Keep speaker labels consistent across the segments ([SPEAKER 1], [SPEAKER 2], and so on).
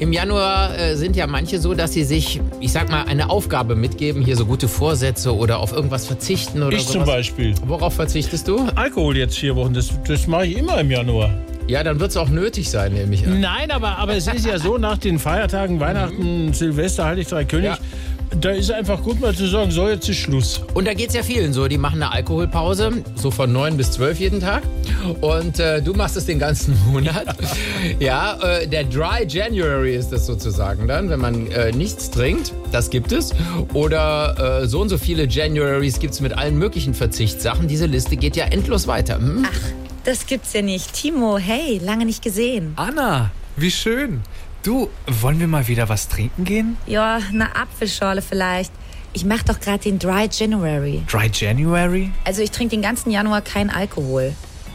[SPEAKER 1] Im Januar äh, sind ja manche so, dass sie sich, ich sag mal, eine Aufgabe mitgeben, hier so gute Vorsätze oder auf irgendwas verzichten oder
[SPEAKER 2] Ich
[SPEAKER 1] sowas.
[SPEAKER 2] zum Beispiel.
[SPEAKER 1] Worauf verzichtest du?
[SPEAKER 2] Alkohol jetzt vier Wochen, das, das mache ich immer im Januar.
[SPEAKER 1] Ja, dann wird es auch nötig sein, nämlich.
[SPEAKER 2] Nein, aber, aber es ist ja so, nach den Feiertagen, Weihnachten, Silvester, Heilig Drei König,
[SPEAKER 1] Ja.
[SPEAKER 2] da ist einfach gut mal zu sagen, so jetzt ist Schluss.
[SPEAKER 1] Und da geht es ja vielen so. Die machen eine Alkoholpause, so von 9 bis 12 jeden Tag. Und äh, du machst es den ganzen Monat. ja, äh, der Dry January ist das sozusagen dann, wenn man äh, nichts trinkt. Das gibt es. Oder äh, so und so viele Januaries gibt es mit allen möglichen Verzichtssachen. Diese Liste geht ja endlos weiter. Hm?
[SPEAKER 3] Das gibt's ja nicht. Timo, hey, lange nicht gesehen.
[SPEAKER 4] Anna, wie schön. Du, wollen wir mal wieder was trinken gehen?
[SPEAKER 3] Ja, eine Apfelschorle vielleicht. Ich mach doch gerade den Dry January.
[SPEAKER 4] Dry January?
[SPEAKER 3] Also ich trinke den ganzen Januar keinen Alkohol.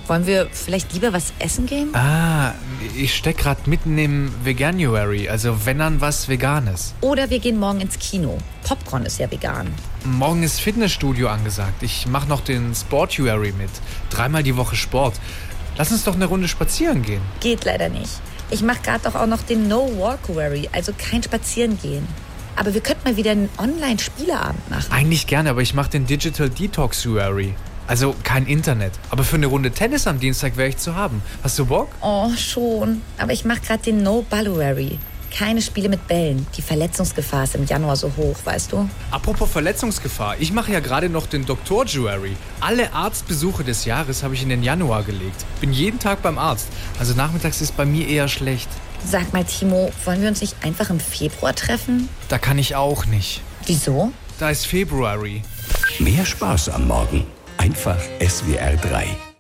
[SPEAKER 3] Wollen wir vielleicht lieber was essen gehen?
[SPEAKER 4] Ah, ich steck grad mitten im Veganuary, also wenn dann was Veganes.
[SPEAKER 3] Oder wir gehen morgen ins Kino. Popcorn ist ja vegan.
[SPEAKER 4] Morgen ist Fitnessstudio angesagt. Ich mach noch den Sportuary mit. Dreimal die Woche Sport. Lass uns doch eine Runde spazieren gehen.
[SPEAKER 3] Geht leider nicht. Ich mach gerade doch auch noch den No Walkaway, also kein Spazierengehen. Aber wir könnten mal wieder einen Online-Spieleabend machen.
[SPEAKER 4] Eigentlich gerne, aber ich mach den Digital Detoxuary. Also kein Internet. Aber für eine Runde Tennis am Dienstag wäre ich zu haben. Hast du Bock?
[SPEAKER 3] Oh, schon. Aber ich mach gerade den No Balluary. Keine Spiele mit Bällen. Die Verletzungsgefahr ist im Januar so hoch, weißt du?
[SPEAKER 4] Apropos Verletzungsgefahr, ich mache ja gerade noch den Doktor Jewelry. Alle Arztbesuche des Jahres habe ich in den Januar gelegt. Bin jeden Tag beim Arzt. Also nachmittags ist bei mir eher schlecht.
[SPEAKER 3] Sag mal, Timo, wollen wir uns nicht einfach im Februar treffen?
[SPEAKER 4] Da kann ich auch nicht.
[SPEAKER 3] Wieso?
[SPEAKER 4] Da ist February.
[SPEAKER 5] Mehr Spaß am Morgen. Einfach SWR 3.